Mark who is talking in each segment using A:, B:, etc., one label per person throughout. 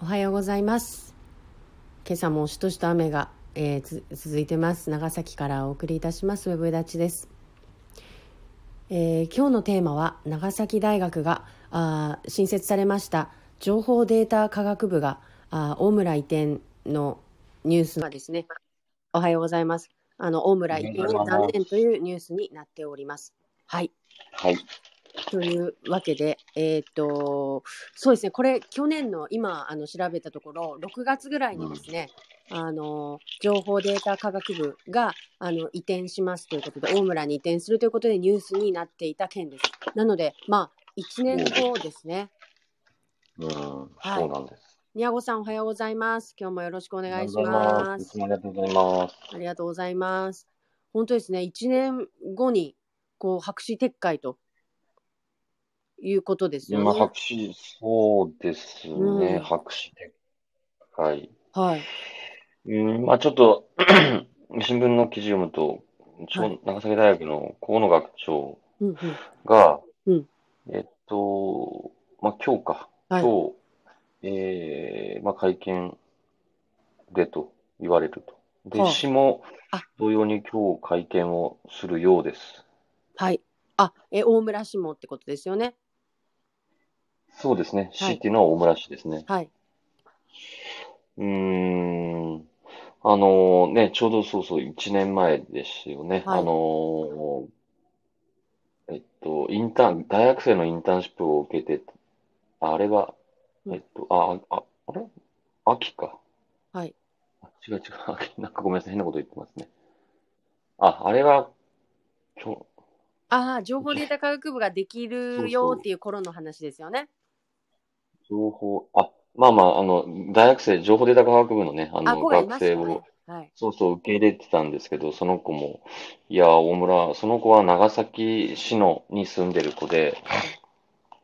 A: おはようございます今朝もしとしと雨が、えーつ続いてます長崎からお送りいたしますウェブ立ちです、えー今日のテーマは長崎大学があー新設されました情報データ科学部があー大村移転のニュースがですねおはようございますあの大村移転
B: おはようござい
A: 残
B: ます
A: 念というニュースになっておりますはい
B: はい。
A: というわけで、えーっと、そうですね、これ、去年の今、あの調べたところ、6月ぐらいにですね、あの情報データ科学部があの移転しますということで、大村に移転するということでニュースになっていた件です。なので、まあ、1年後ですね。
B: うん、そうなんです。
A: 宮子さん、おはようございます。今日もよろしくお
B: お
A: 願いしま
B: い
A: す
B: つ。もありがとうございます。
A: ありがとうございます。本当ですね、1年後に、こう、白紙撤回ということですよ
B: 今、
A: ね
B: 白。紙、そうですね、
A: うん
B: 白紙で。はい。
A: はい。
B: うん、まあちょっと、 新聞の記事読むと、ちょ
A: はい
B: 長崎大学の河野学長
A: うんうん
B: が、
A: うん
B: えっと、まあ今日か、
A: はい
B: 今日、えー、まあ会見でと言われると。で、
A: はい
B: 市も
A: あ
B: 同様に今日会見をするようです。
A: はい。あ、え、大村市もってことですよね。
B: そうですね。
A: はい
B: 市っていうのは大村市ですね。
A: はい。
B: うーん。あのね、ちょうどそうそう、1年前ですよね。
A: はい
B: あのーえっと、インターン、大学生のインターンシップを受けて、ああれは、
A: うん
B: えっと、あ、あ、あれ秋か。
A: はい
B: あ。違う 違う、秋なんかごめんなさい、変なこと言ってますね。あ、あれは、きょ、
A: ああ、情報データ科学部ができるよっていう頃の話ですよね。
B: 情報、あ、まあまあ、あの、大学生、情報データ科学部のね、あ
A: あ、
B: の、
A: 子がい
B: 学
A: まし
B: 生
A: た
B: を
A: ね。、はい。
B: そうそう、受け入れてたんですけど、その子も、いや、大村、その子は長崎市のに住んでる子で、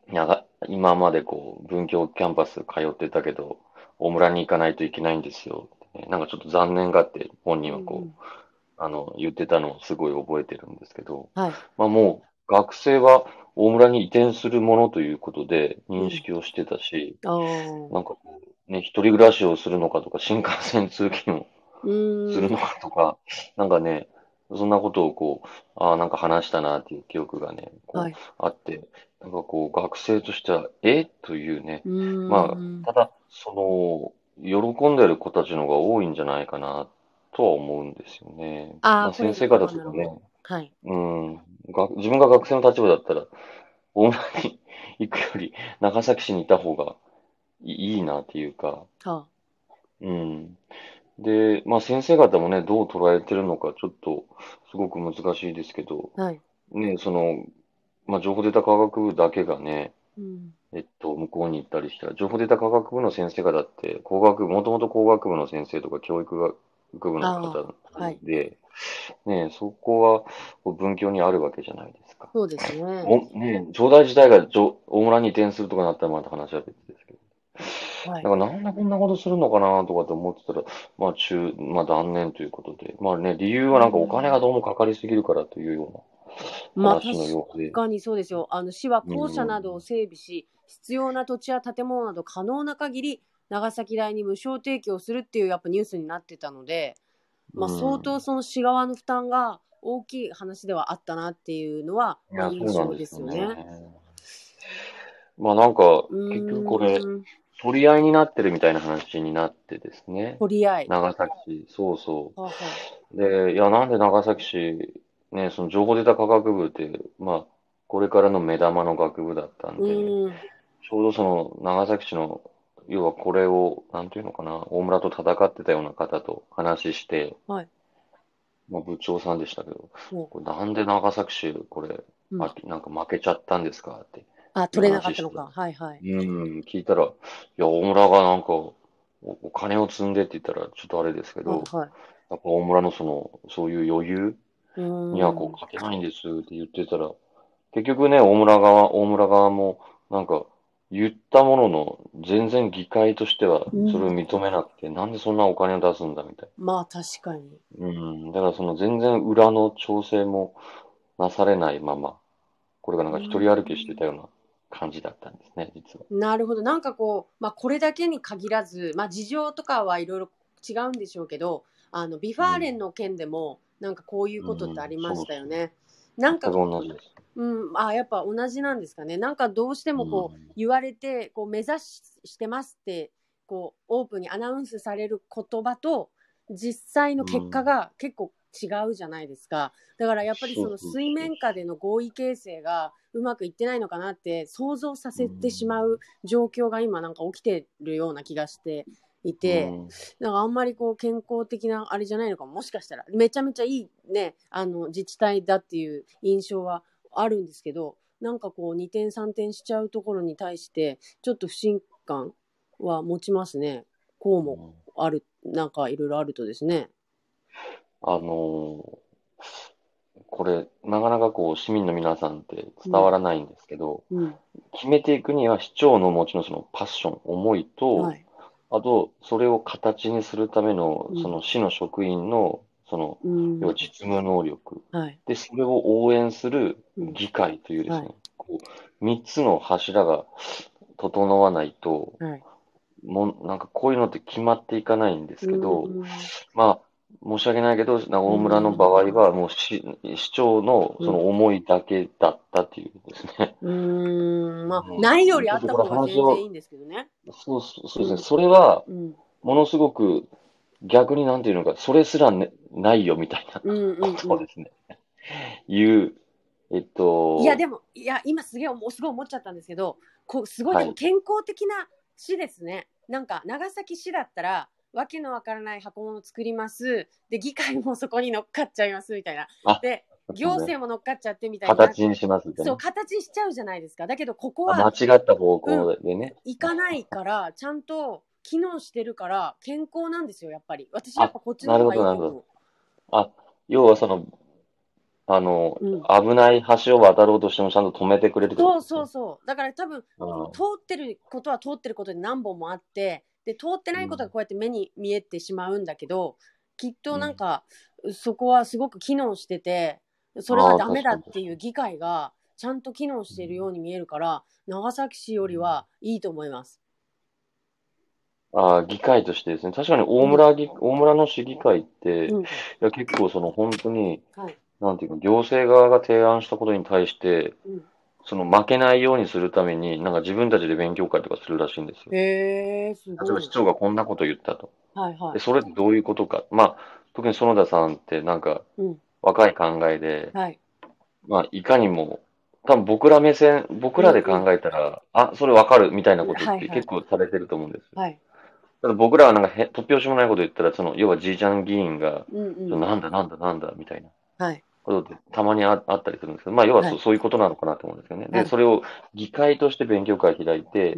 B: 長今までこう、文京キャンパス通ってたけど、大村に行かないといけないんですよ。なんかちょっと残念があって、本人は
A: う
B: こ
A: ん
B: う、あの、言ってたのをすごい覚えてるんですけど、
A: はい。
B: まあもう、学生は大村に移転するものということで認識をしてたし、
A: あー
B: なんかこう、ね、一人暮らしをするのかとか、新幹線通勤を
A: うー
B: す
A: ん。
B: るのかとか、なんかね、そんなことをこう、ああ、なんか話したなっていう記憶がね、こう
A: はい
B: あって、なんかこう、学生としては、えというね、
A: うーん。
B: まただ、その、喜んでる子たちの方が多いんじゃないかな、とは思うんですよね。
A: あー
B: まあ、
A: これ
B: 先生方とか
A: なる
B: ね、
A: はい。
B: うん、が、自分が学生の立場だったら、大村に 行くより、長崎市にいた方がいいいなっていうか、
A: は
B: うん。で、まあ先生方もね、どう捉えてるのか、ちょっと、すごく難しいですけど、
A: あはい。
B: ね、その、まあ情報データ科学部だけがね、
A: うん。
B: えっと、向こうに行ったりしたら、情報データ科学部の先生方って、工学部、もともと工学部の先生とか、教育学部の方
A: あーはい
B: で、ね、そこは、こう文教にあるわけじゃないですか。
A: そうですね。
B: お、ね、上大自体が上大村に移転するとかなったらまた話は別ですけど。
A: はい
B: だからなんでこんなことするのかなとかって思ってたら、まあ中、まあ断念ということで、まあね、理由はなんかお金がどうもかかりすぎるからというような
A: まあ、
B: 話のようで
A: 確、かにそうですよ。あの市は校舎などを整備し、必要な土地や建物など可能な限り、長崎大に無償提供するっていうやっぱニュースになってたので、まあ、
B: うん
A: 相当その市側の負担が大きい話ではあったなっていうのは、
B: い
A: まあ
B: や、
A: 印
B: そうなん
A: 象
B: で
A: ですす
B: よ
A: よね。
B: ね。まあなんか、
A: うーん
B: 結局これ、取り合いになってるみたいな話になってですね。
A: 取り合い。は
B: 長崎市、そうそう。
A: あは
B: で、いや、なんで長崎市、ね、その情報データ科学部って、まあ、これからの目玉の学部だった
A: あ
B: ん
A: う
B: で、
A: ーん
B: ちょうどその長崎市の、要はこれを、なんていうのかな、大村と戦ってたような方と話して、
A: はい
B: まあ、部長さんでしたけど、
A: も
B: これなんで長崎市、これ、
A: ううん
B: あなんか負けちゃったんですかって、
A: あ、取れなかったのか。はいはい。
B: うん、聞いたら、いや、大村がなんか、おお金を積んでって言ったら、ちょっとあれですけ
A: はい
B: ど、
A: はい。
B: なんか大村のその、そういう余裕、
A: うーん
B: いや、こう書けないんですって言ってたら、結局ね、大村側、大村側も、なんか、言ったものの、全然議会としては、そ
A: うん
B: れを認めなくて、なんでそんなお金を出すんだみたい
A: まあ確かに。
B: な。うん。だからその全然裏の調整もなされないまま、これがなんか一人歩きしてたような感じだったんですね、実は。
A: なるほど。なんかこう、まあ、これだけに限らず、まあ、事情とかはいろいろ違うんでしょうけど、あの、ビファーレンの件でも、なんかこういうことってありましたよね。なんか
B: 全
A: こ
B: く同じです。
A: う、うん、あ、やっぱ同じなんですかね。なんかどうしてもこう、
B: うん
A: 言われて、こう、目指ししてますって、こう、オープンにアナウンスされる言葉と、実際の結果が結構違うじゃないですか。だからやっぱりそ
B: そ
A: の
B: うそうそう
A: 水面下での合意形成がうまくいってないのかなって想像させてしまう状況が今なんか起きてるような気がしていて、
B: うん
A: なんかあんまりこう健康的なあれじゃないのかももしかしたらめちゃめちゃいいねあの自治体だっていう印象はあるんですけどなんかこう二転三転しちゃうところに対してちょっと不信感は持ちますねこうもあるなんかいろいろあるとですね。
B: あのーこれ、なかなかこう、市民の皆さんって伝わらないんですけど、
A: うん
B: 決めていくには市長の持ちのそのパッション、思いと、
A: はい
B: あと、それを形にするための
A: うん、
B: その市の職員の、その、
A: うん
B: 要は実務能力。
A: はい
B: で、それを応援する
A: うん
B: 議会というです
A: は
B: ね、こう、三つの柱が整わないと、
A: はい
B: もう、なんかこういうのって決まっていかないんですけど、
A: うん
B: まあ、申し訳ないけど、な大村の場合は、もう市、市長のその思いだけだったっていうですね。
A: うーん、ま
B: う
A: あ、
B: ん
A: ないよりあった方が全
B: ちょっとこれ話を
A: 然いいんですけどね。
B: そうそうそうですね。それは、
A: うん、
B: ものすごく、逆になんていうのか、それすらね、ないよみたいな
A: うん、うん。うん
B: ことですね。いう、えっと、
A: いや、でも、いや、今すげえ、もうすごい思っちゃったんですけど、こう、すごい、
B: はい
A: でも健康的な市ですね。なんか、長崎市だったら、わけのわからない箱物を作ります。で、議会もそこに乗っかっちゃいます、みたいな
B: あ。
A: で、行政も乗っかっちゃってみたいな。
B: 形にしますみたい
A: そ
B: な
A: う、形にしちゃうじゃないですか。だけど、ここは、
B: あ間違った方向でね。
A: 行かないから、ちゃんと機能してるから、健康なんですよ、やっぱり。私、やっぱこっちの方がいいと
B: なるほどなる
A: 思
B: あ、要はその、あの、
A: うん
B: 危ない橋を渡ろうとしてもちゃんと止めてくれる
A: う。
B: ってこと
A: そう
B: ですね
A: そうそう。だから多分、
B: あ
A: 通ってることは通ってることで何本もあって、で、通ってないことが
B: うん
A: こうやって目に見えてしまうんだけど、きっとなんか、そこはすごく機能してて、それ
B: あ
A: が
B: ー
A: ダメだっ
B: 確
A: ていう議会が、ちゃんと機能しているように見えるから、長崎市よりはいいと思います。
B: あ議会としてですね、確かに大村議、大村の市議会って、
A: う
B: い
A: ん。
B: や結構その本当に、
A: はい。
B: なんていうか、行政側が提案したことに対して、
A: うん
B: その負けないようにするために、なんか自分たちで勉強会とかするらしいんですよ。
A: へえ、す
B: 例え
A: ご
B: ば
A: い
B: 市。長がこんなこと言ったと。
A: はいは
B: で、
A: い。
B: それってどういうことか。まあ、特に園田さんってなんか
A: うん。
B: 若い考えで、
A: はい。
B: まあ、いかにも、多分僕ら目線、僕らで考えたら、あ、それわかるみたいなこと
A: はい
B: っ
A: はい
B: て結構されてると思うんですよ。
A: はい。
B: ただ僕らはなんかへ、突拍子もないこと言ったら、その、要はじいちゃん議員が、
A: うんうん。
B: なんだなんだなんだみたいな
A: はい。
B: ことってたまにああったりするんですけど、まあ、要はそ,、
A: は
B: う
A: い
B: そういうことなのかなと思うんですよね。
A: は
B: で、
A: い
B: それを議会として勉強会開いて、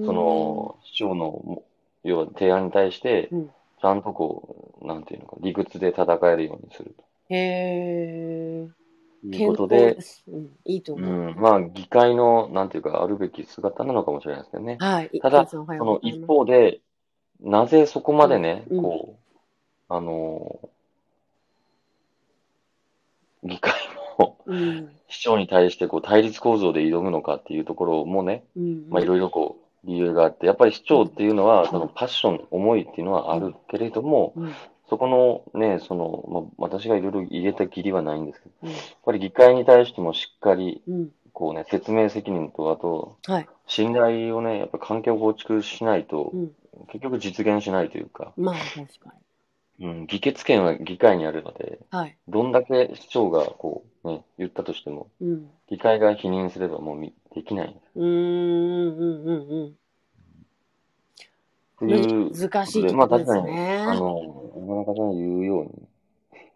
B: そ
A: そ
B: の、市長のも、要は提案に対して、
A: うん
B: ちゃんとこう、なんていうのか、理屈で戦えるようにする
A: へえ。
B: という
A: 健
B: こと
A: 康
B: で
A: で、す。うん、いいと
B: う
A: 思う。
B: ん、まあ、議会の、なんていうか、あるべき姿なのかもしれないですけどね。
A: はい。
B: ただ
A: ケンさんおはよ
B: そうの
A: ござい
B: 一
A: ます
B: 方で、なぜそこまでね、
A: うんうん
B: こう、あのー議会も
A: うん。
B: 市長に対してこう対立構造で挑むのかっていうところもね、
A: うん。
B: まあ、いろいろこう、理由があって、やっぱり市長っていうのは、そのパッション、思いっていうのはあるけれども、
A: うん。
B: そこのね、その、まあ、私がいろいろ入れたきりはないんですけど、
A: うん
B: やっぱり議会に対してもしっかり、
A: うん。
B: こうね、説明責任と、あと、
A: はい。
B: 信頼をね、やっぱ環境を構築しないと
A: うん、
B: 結局実現しないというか、
A: まあ、確かに。
B: うん、議決権は議会にあるので、
A: はい。
B: どんだけ市長がこう、ね、言ったとしても、
A: うん。
B: 議会が否認すればもうみできない
A: うん。うん。うん。
B: と
A: う
B: いう、
A: ん。難しい
B: で
A: と
B: まあ
A: ころです
B: 確かに
A: ね
B: あ。の、山中さんが言うように、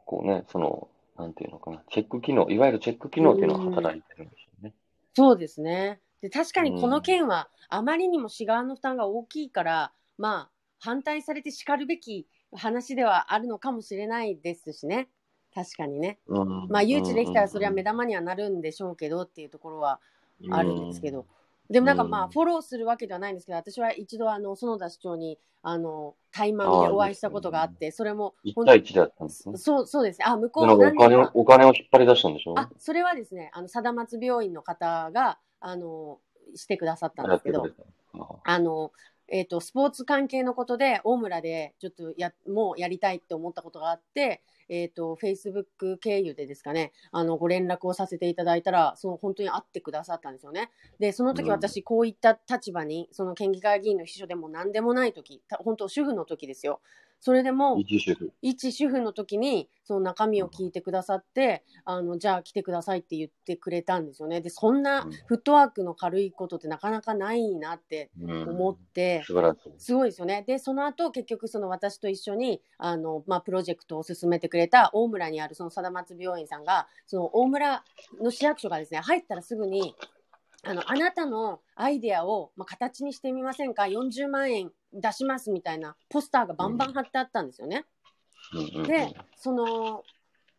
B: こうね、その、なんていうのかな、チェック機能、いわゆるチェック機能っていうのが働いてるんですよね。
A: そうですね。で、確かにこの件は、あまりにも市側の負担が大きいから、まあ、反対されて叱るべき話ではあるのかもしれないですしね。確かにね。
B: うん
A: まあ、誘致できたらそれは目
B: 立
A: 玉にはなるんでしょうけどっていうところは
B: つ
A: あるんですけど、でもなんかま
B: う
A: あ
B: ん
A: フォローするわけではないんですけど私は一度あの園田市長にあの対マンでお会いしたことがあってそれも
B: 一
A: 本当
B: 対
A: に
B: 一だったんですね。
A: そうそうですねあ向こ
B: でなん
A: う
B: か
A: 何人
B: お金を
A: か、
B: お金を引っ張り出したんでしょ
A: あそれはですねあの貞松病院の方があのしてくださったん
B: や
A: で
B: っ
A: すけ
B: て
A: ど
B: くれ、たのか
A: あの、えっ、と、スポーツ関係のことで、大村で、ちょっとや、もうやりたいって思ったことがあって、えっ、と、Facebook 経由でですかね、あの、ご連絡をさせていただいたら、その、本当に会ってくださったんですよね。で、その時
B: うん
A: 私、こういった立場に、その県議会議員の秘書でも何でもない時、た本当、主婦の時ですよ。それでも、
B: な。一主婦。
A: 一主婦の時にその中身を聞いてくださって、あのじゃあ来てくださいって言ってくれたんですよねでそんな
B: うん
A: フットワークの軽いことってなかなかないなって
B: うん
A: 思って、
B: 素晴らしい。
A: すごいですよねでその後結局その私と一緒にあの、まあ、プロジェクトを進めてくれた大村にあるその貞松病院さんがその大村の市役所がですね入ったらすぐにあのあなたのアイデアを、まあ、形にしてみませんか40万円出しますみたいなポスターがバンバン貼ってあったんですよね。
B: うんうんう
A: で
B: ん、
A: その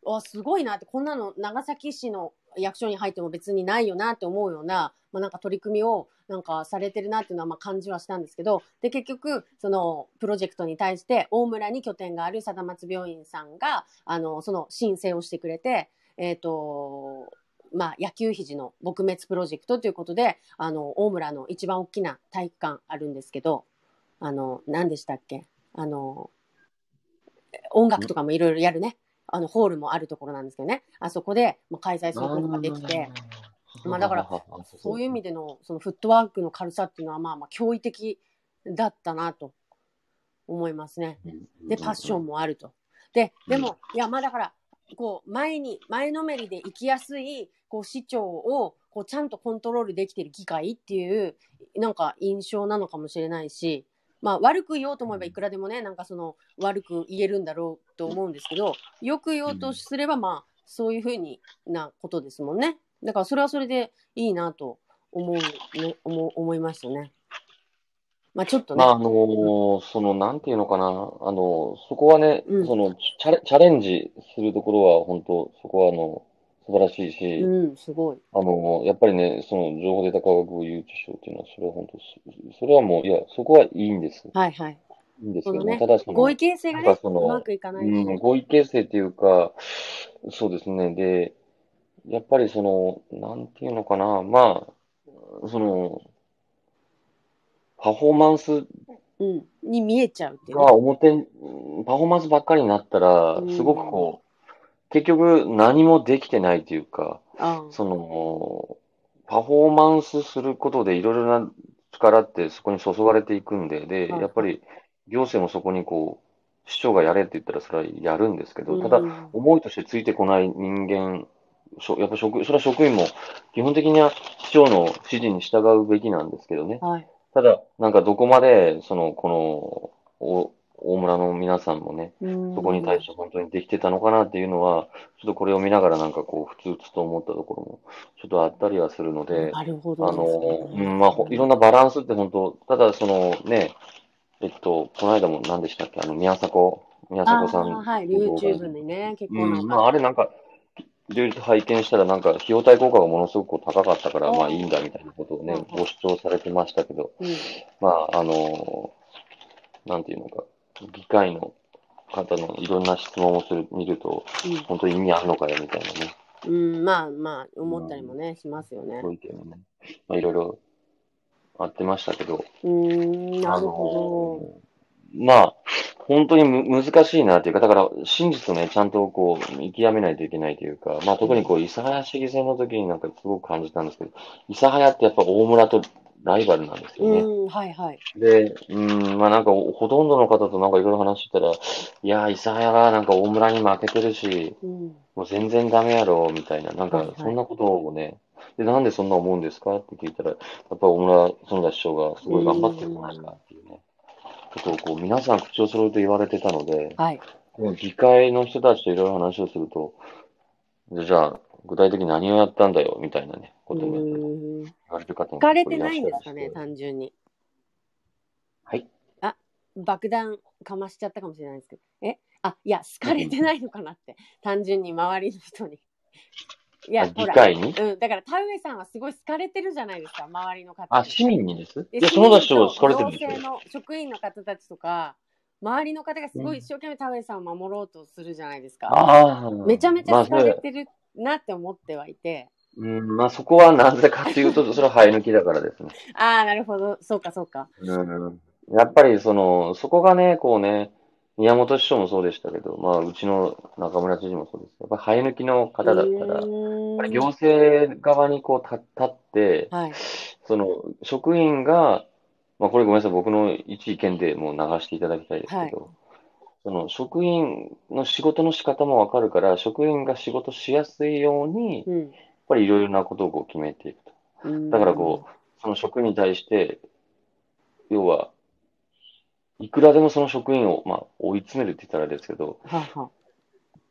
A: あすごいなってこんなの長崎市の役所に入っても別にないよなって思うような,、まあ、なんか取り組みをなんかされてるなっていうのはまあ感じはしたんですけどで結局そのプロジェクトに対して大村に拠点がある貞松病院さんがあのその申請をしてくれて、えっとまあ、野球肘の撲滅プロジェクトということであの大村の一番大きな体育館あるんですけどあの何でしたっけあの音楽とかもいろいろやるねあのホールもあるところなんですけどねあそこでまあ開催することができて。
B: あー
A: まあだから、そういう意味でのそのフットワークの軽さっていうのはまあまあ驚異的だったなと思いますね。で、パッションもあると。で、でも、いや、まあだから、こう、前に、前のめりで行きやすい、こう、市長を、こう、ちゃんとコントロールできてる議会っていう、なんか印象なのかもしれないし、まあ、悪く言おうと思えばいくらでもね、なんかその、悪く言えるんだろうと思うんですけど、よく言おうとすれば、まあ、そういうふうになことですもんね。だから、それはそれでいいなと思う、ね、思う思いましたね。まあ、ちょっとね。
B: まあ、あのーその、なんていうのかな、あのーそこはね、
A: うん
B: その、チャレ、チャレンジするところは、本当そこは、あの、素晴らしいし、
A: うん、すごい。
B: あのーやっぱりね、その、情報データ科学誘致賞っていうのは、それは本当そそれはもう、いや、そこはいいんです。
A: はいはい。
B: いいんですけど
A: そのね
B: も、ただその、
A: 合意形成がね、
B: なんかそうの
A: まくいかないと
B: うん、合意形成っていうか、そうですね。で、やっぱりその、なんていうのかな、まあ、その、パフォーマンス
A: うん、に見えちゃうっていうね、
B: が表に、うんパフォーマンスばっかりになったら
A: うん、
B: すごくこう、結局何もできてないというか、
A: ああ
B: その、パフォーマンスすることでいろいろな力ってそこに注がれていくんで、で、
A: はい
B: やっぱり行政もそこにこう、市長がやれって言ったらそれはやるんですけど、ただ
A: う、ん
B: 思いとしてついてこない人間、しょやっぱ職、それは職員も基本的には市長の指示に従うべきなんですけどね。
A: はい、
B: ただ、なんかどこまで、その、この、お大村の皆さんもね、
A: そ
B: そこに対して本当にできてたのかなっていうのは、ちょっとこれを見ながらなんかこう、ふつふつと思ったところも、ちょっとあったりはするので、
A: なるほ
B: あ
A: どです
B: の、
A: ね、
B: うん、まあ、ほいろんなバランスって本当、ただそのね、えっと、この間も何でしたっけ、あの、宮迫、宮迫さん
A: ああはい、
B: の動画
A: YouTube にね、結構
B: う、
A: なんん
B: まあ、
A: か、
B: あれなんか、で拝見したらなんか、費用対効果がものすごく高かったから、
A: おー
B: まあいいんだみたいなことをね
A: うんうん、
B: ご主張されてましたけど、
A: うん
B: まあ、あのーなんていうのか、議会の方のいろんな質問をする、見ると、本当に意味あるのかよみたいなね、
A: うんうん、まあまあ、思ったりもね、しますよね。
B: ご意見もね、まあいろいろあってましたけど、
A: うーん、な
B: あ
A: るほ
B: のーまあ、本当にむ難しいなというか、だから真実をね、ちゃんとこう、見極めないといけないというか、まあ特にこう、諫早市議選の時になんかすごく感じたんですけど、諫早ってやっぱ大村とライバルなんです
A: ど。
B: よね。
A: うん、はいはい。
B: で、うん、まあなんかほとんどの方となんかいろいろ話してたら、いやー、諫早がなんか大村に負けてるし、
A: うん、
B: もう全然ダメやろ、みたいな、なん
A: はいはい
B: かそんなことをね、で、なんでそんな思うんですかって聞いたら、やっぱ大村園田市長がすごい頑張ってるじゃないかっていうね、ことをこう皆さん口を揃えて言われてたので、
A: はい。
B: この議会の人たちといろいろ話をすると、でじゃあ、具体的に何をやったんだよ、みたいなね、こ
A: う
B: とをやっぱり言
A: ーん
B: われる方も
A: 疲れ
B: 結構
A: て
B: いらっ
A: ない
B: し
A: ん
B: ゃ
A: で
B: る
A: すかね、単純に。
B: はい。
A: あ、爆弾かましちゃったかもしれないですけど。えあ、いや、好かれてないのかなって、単純に周りの人に。いや、
B: あ
A: ほ
B: 議
A: ら。
B: 会に
A: うん、だから田植さんはすごい好かれてるじゃないですか、周りの方に。
B: あ、市民にです
A: で
B: いや、
A: 市民
B: 園
A: と
B: 田市長好かれてるんです
A: 行
B: よ。
A: 政の職員の方たちとか、周りの方がすご
B: うん
A: い一生懸命田植さんを守ろうとするじゃないですか。
B: ああ。
A: めちゃめちゃ好かれ
B: まあそ
A: て
B: れ
A: るなって思ってはいて、
B: うん、まあそこはなぜかってい うと、それは生え抜きだからですね。
A: ああ、なるほど。そうか、そうか。
B: うん。やっぱりその、そこがね、こうね、宮本師匠もそうでしたけど、まあうちの中村知事もそうです。やっぱり生え抜きの方だったら、
A: う
B: やっ
A: ーん
B: ぱり行政側にこうた立って、
A: はい。
B: その職員が、まあ、これごめんなさい、僕の一意見でもう流していただきたいですけど、その職員の仕事の仕方もわかるから、職員が仕事しやすいように、やっ
A: うん
B: ぱりいろいろなことをこう決めていくと。
A: うん。
B: だからこう、その職員に対して、要は、いくらでもその職員を、まあ、追い詰めるって言ったらあれですけど、
A: う。はは。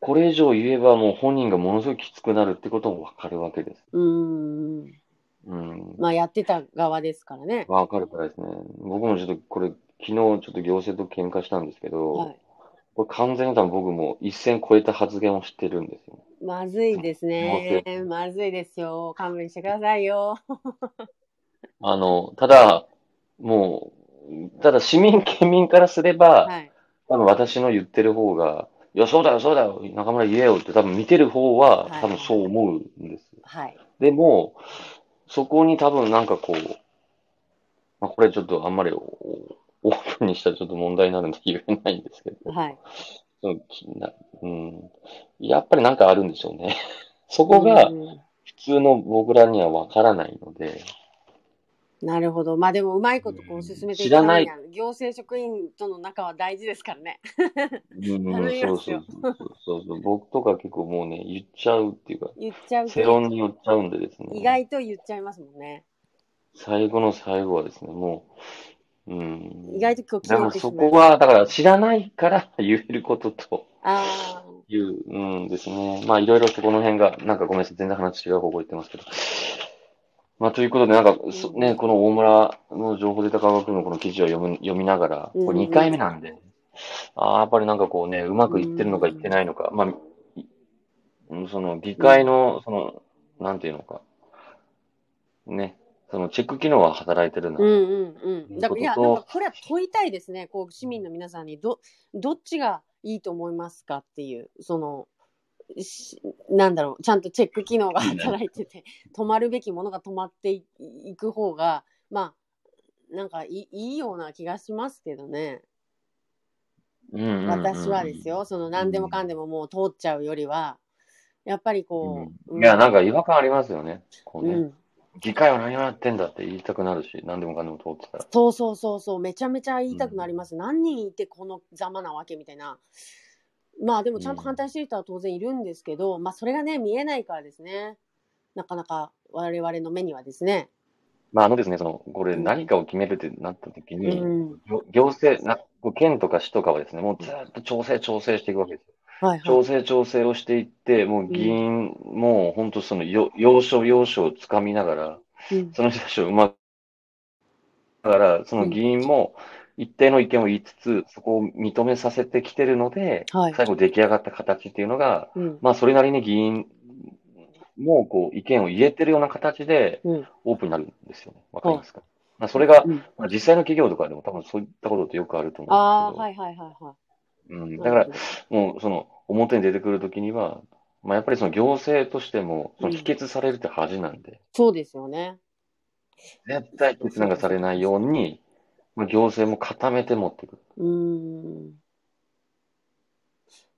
B: これ以上言えばもう本人がものすごいきつくなるってこともわかるわけです。
A: うーん。
B: うん。
A: まあ、やってた側ですからね。
B: わかるからですね。僕もちょっとこれ、昨日ちょっと行政と喧嘩したんですけど、
A: はい。
B: これ完全に多分僕も一線超えた発言をしてるんですよね。
A: まずいですね。まずいですよ。勘弁してくださいよ。
B: あの、ただ、もう、ただ市民、県民からすれば、
A: はい。
B: 多分私の言ってる方が、いや、そうだよ、そうだよ、中村言えよって多分見てる方は
A: はい
B: 多分そう思うんです。
A: はい。
B: でも、そこに多分なんかこう、まあ、これちょっとあんまりおオープンにしたらちょっと問題になるんで言えないんですけど、
A: はい。
B: そのきなうん、やっぱりなんかあるんでしょうね。 そこが
A: うん
B: 普通の僕らにはわからないので、
A: なるほど。まあでも、うまいことこう進めてい
B: 知ら
A: かな
B: ないい
A: な。行政職員との仲は大事ですからね。
B: うん、
A: 頼み
B: そう
A: ます
B: そ
A: よ
B: うそうそうそう、僕とか結構もうね、言っちゃうっていうか、
A: 言っちゃう
B: 正
A: と、
B: 論に寄っちゃうんでですね。
A: 意外と言っちゃいますもんね。
B: 最後の最後はですね、もう、うん。
A: 意外とこう、
B: だ
A: 決
B: か
A: ま
B: ら
A: ってし
B: そ
A: ま
B: こ
A: う。
B: は、だから知らないから言えることと
A: ああ。
B: いう、うんですね。まあいろいろそこの辺が、なんかごめんなさい、全然話違う方向行ってますけど。まあということで、なんか、そ
A: うん
B: ね、この大村の情報データ科学部のこの記事を読む読みながら、
A: うん
B: これ2回目なんで、ああ、やっぱりなんかこうね、うまくいってるのかいってないのか、まあ、いうんその議会の、その、なんていうのか、ね、そのチェック機能は働いてるな。
A: うんうんうん。だから、いや、
B: と
A: ないん
B: うことと
A: かこれは問いたいですね。こう、市民の皆さんに、ど、どっちがいいと思いますかっていう、その、しなんだろう、ちゃんとチェック機能が
B: いいね
A: 働いてて、止まるべきものが止まっていいく方が、まあ、なんかいいいような気がしますけどね。私
B: 私
A: はですよ、。その何でもかんでももう通っちゃうよりは、やっぱりこう、
B: うんいや、なん
A: か、
B: か違和感ありますよね。こう
A: う
B: ね、
A: ん、
B: 議会は何をやってんだって言いたくなるし、何でもかんでも通ってたら。
A: そうそうそうそう、めちゃめちゃ言いたくなります。何人いてこのざまなわけみたいな。まあでもちゃんと反対してる人は当然いるんですけど、まあそれがね、見えないからですね。なかなか我々の目にはですね。
B: まあ、あのですね、その、これ
A: うん
B: 何かを決めるってなった時
A: う
B: に、
A: ん。
B: 行行政な、県とか市とかはですね、もうずっと調整、調整していくわけですよ。
A: はいはい
B: 調。整、調整をしていって、もう議員、もう本当その、よ要所要所をつかみながら、
A: うん
B: その人たちをうまく、だから、その議員も一定の意見を言いつつ、そこを認めさせてきてるので、
A: はい
B: 最後出来上がった形っていうのが、
A: うん。
B: まあ、それなりに議員もこう意見を言えてるような形で
A: うん
B: オープンになるんですよね。わかりますか、まあ、それが、
A: うん
B: まあ、実際の企業とかでも多分そういったことってよくあると思
A: ああー、
B: うんで
A: はいはいはいは
B: すけど、うん、
A: い。
B: だから、もうその表に出てくるときには、まあ、やっぱりその行政としてもその否決されるって恥なんで、
A: そうですよね。
B: 絶対決断がされないように、まあ、行政も固めて持ってくる。
A: うーん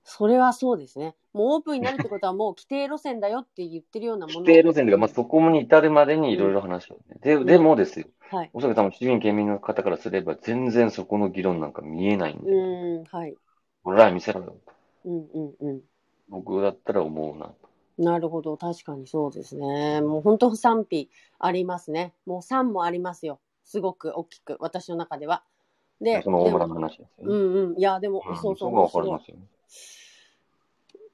A: それはそうですね。もうオープンになるってことはもう規定路線だよって言ってるようなもの。
B: 規定路線というか、まあ、そこに至るまでにいろいろ話を、ねで。でもですよ、
A: はい。
B: おそらく多分市民県民の方からすれば、全然そこの議論なんか見えないん
A: う
B: で、
A: ーん、はい。
B: 俺らに見せろよと。
A: うんうんうん。
B: 僕だったら思うなと。
A: なるほど。確かにそうですね。もう本当賛否ありますね。もう賛もありますよ。すごく大きく、私の中では。で、
B: その大村
A: で
B: の
A: も
B: 話ですよ
A: う
B: ね。
A: んうん。いや、でも、
B: うん
A: そうそう。
B: そこがわかり
A: 面白い
B: ますよね。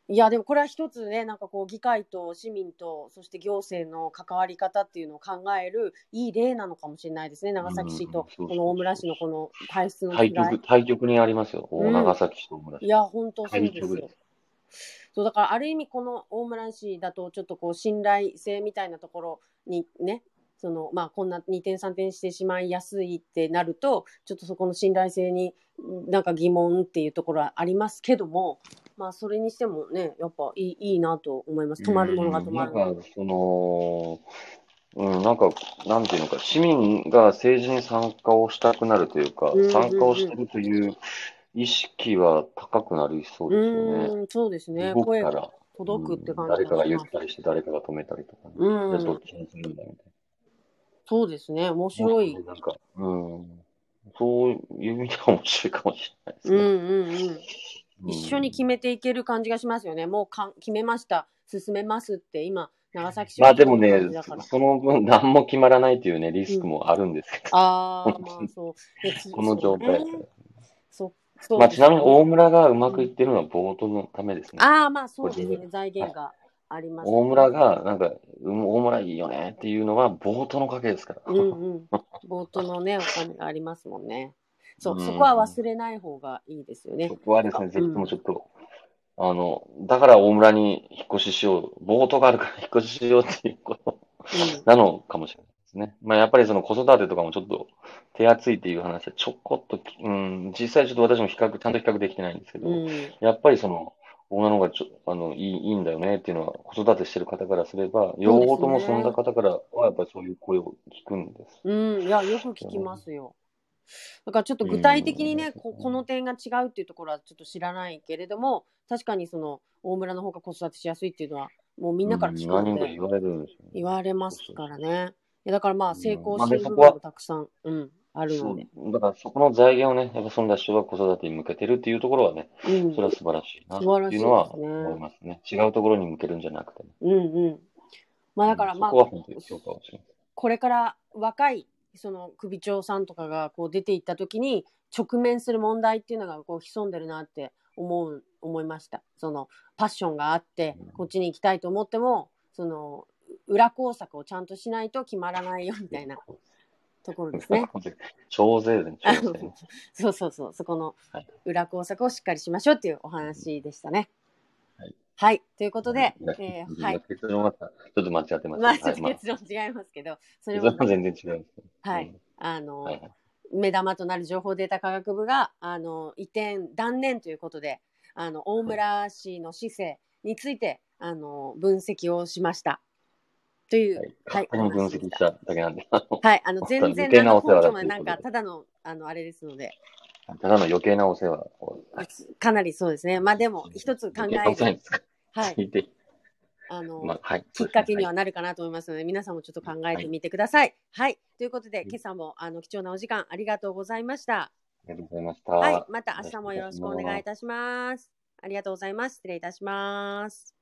A: いやでもこれは一つねなんかこう議会と市民とそして行政の関わり方っていうのを考えるいい例なのかもしれないですね長崎市と
B: うんうんそうそうそう
A: この大村市のこの体質の違い
B: 対局、対局にありますよ。
A: うん
B: 長崎市と大村市。
A: いや本当そう
B: 対
A: です
B: 局で
A: よ
B: す。
A: そうだからある意味この大村市だとちょっとこう信頼性みたいなところにねそのまあこんな二転三転してしまいやすいってなるとちょっとそこの信頼性になんか疑問っていうところはありますけども、まあ、それにしてもね、やっぱいいいいなと思います。止まるものが止まる。
B: うんなんか、その、うん、なんか、なんていうのか、市民が政治に参加をしたくなるというか
A: うんうんう、ん
B: 参加をしてるという意識は高くなりそう
A: う
B: ですよね。
A: ん、そうですね。
B: 動く
A: 声
B: か
A: が
B: ら、
A: 届くって感
B: うん
A: じ
B: 誰かが
A: がし
B: 言っ
A: ます。
B: たりして、誰かが止めたりとかね。
A: うん
B: でどっちにするんだみたい
A: そうですね。面
B: な。
A: 白い。
B: なんか、うん。そういう意味では面白いかもしれないです
A: うんうん
B: ね。
A: うん。
B: うん
A: 一緒に決めていける感じがしますよね。もうかん決めました。進めますって、今、長崎市
B: ま
A: は
B: あでも
A: そういう
B: ね
A: 感じだから、
B: その分何も決まらないというね、リスクもあるんですけど、
A: ああ、まあ そう。で
B: この状態。
A: そうそう
B: まあ
A: で
B: ち
A: す
B: なみに
A: ね
B: 大村がうまくいってるのは冒頭のためですね。
A: ああ、まあそうです
B: 個人
A: ね。財源があります、
B: 大村。が、なんか、うん大村いいよねっていうのは冒頭のおかげですから。
A: うんうん。冒頭の ね、お金がありますもんね。そう、
B: うん
A: そこは忘れない方がいいですよね
B: そ。こはですね、
A: うん
B: ぜひともちょっと、あの、だから大村に引っ越ししよう、冒頭があるから引っ越ししようっていうことなのかもしれないですね。まあやっぱりその子育てとかもちょっと手厚いっていう話はちょこっとき、うん、実際ちょっと私も比較、ちゃんと比較できてないんですけど、
A: うん。うん。
B: やっぱりその、女の方がちょ、あの、いい、いいんだよねっていうのは、子育てしてる方からすれば、両方ともそんな方からは、やっぱりそういう声を聞くんです。
A: うん、いや、よく聞きますよ。だからちょっと具体的にね、
B: うん
A: ここの点が違うっていうところはちょっと知らないけれども、確かにその大村の方が子育てしやすいっていうのは、もうみんなから聞く
B: 何
A: の
B: 人か
A: で
B: 言われるんですよね。
A: 言われますからね。いやだからまあ、
B: うん
A: 成功
B: まあ
A: して
B: ね
A: る部
B: そこは
A: 分もたくさん、うん、あるので。
B: そう、だからそこの財源をね、やっぱそんな人が子育てに向けてるっていうところはね、
A: うん
B: それは素晴らしいなって
A: 素晴らしい
B: い
A: です
B: う
A: ね
B: のは思いますね。違うところに向けるんじゃなくてね。
A: うんうん。まあだから
B: うん
A: まあ
B: そこ、は本当に評価をします。
A: これから若いその首長さんとかがこう出ていった時に直面する問題っていうのがこう潜んでるなって思う思いましたそのパッションがあって
B: うん。
A: こっちに行きたいと思ってもその裏工作をちゃんとしないと決まらないよみたいなところですね
B: 徴 税で、
A: あ
B: 徴税ね
A: の。そうそうそうそこの
B: はい
A: 裏工作をしっかりしましょうっていうお話でしたね。
B: はい、
A: ということで、
B: はい
A: えーはい、
B: 結論は、ちょっと間違ってます。
A: まあ
B: はい
A: ちょっと
B: まあ
A: 結論違いますけど、それ
B: そ
A: も
B: れは全然違うんですけど。
A: はい
B: うん。
A: あの、
B: はいはい
A: 目玉となる情報データ科学部があの移転断念ということであの大村氏の市政についてあの分析をしましたという
B: はい。
A: はい
B: 勝手に分析しただけなんで、 あの
A: はいあの
B: また
A: 全然
B: 余計
A: あ
B: な
A: の
B: お世
A: 根
B: 話だ
A: 拠
B: と
A: まで
B: いうことで
A: なんかただのあのあれですので
B: ただの余計なお世話を。
A: かなりそうですねまあでも一つ考
B: 余計 なお世話
A: える
B: ですか
A: はい
B: 聞いて、
A: あの、
B: まあ、はい。。
A: きっかけにはいなるかなと思いますので、皆さんもちょっと考えてみてください。はい、ということで
B: い
A: 今朝もあの貴重なお時間ありがとうございました。
B: ありがとうございました。
A: はい、また明日もよろしくお願いいたします。ありがとうございます。失礼いたします。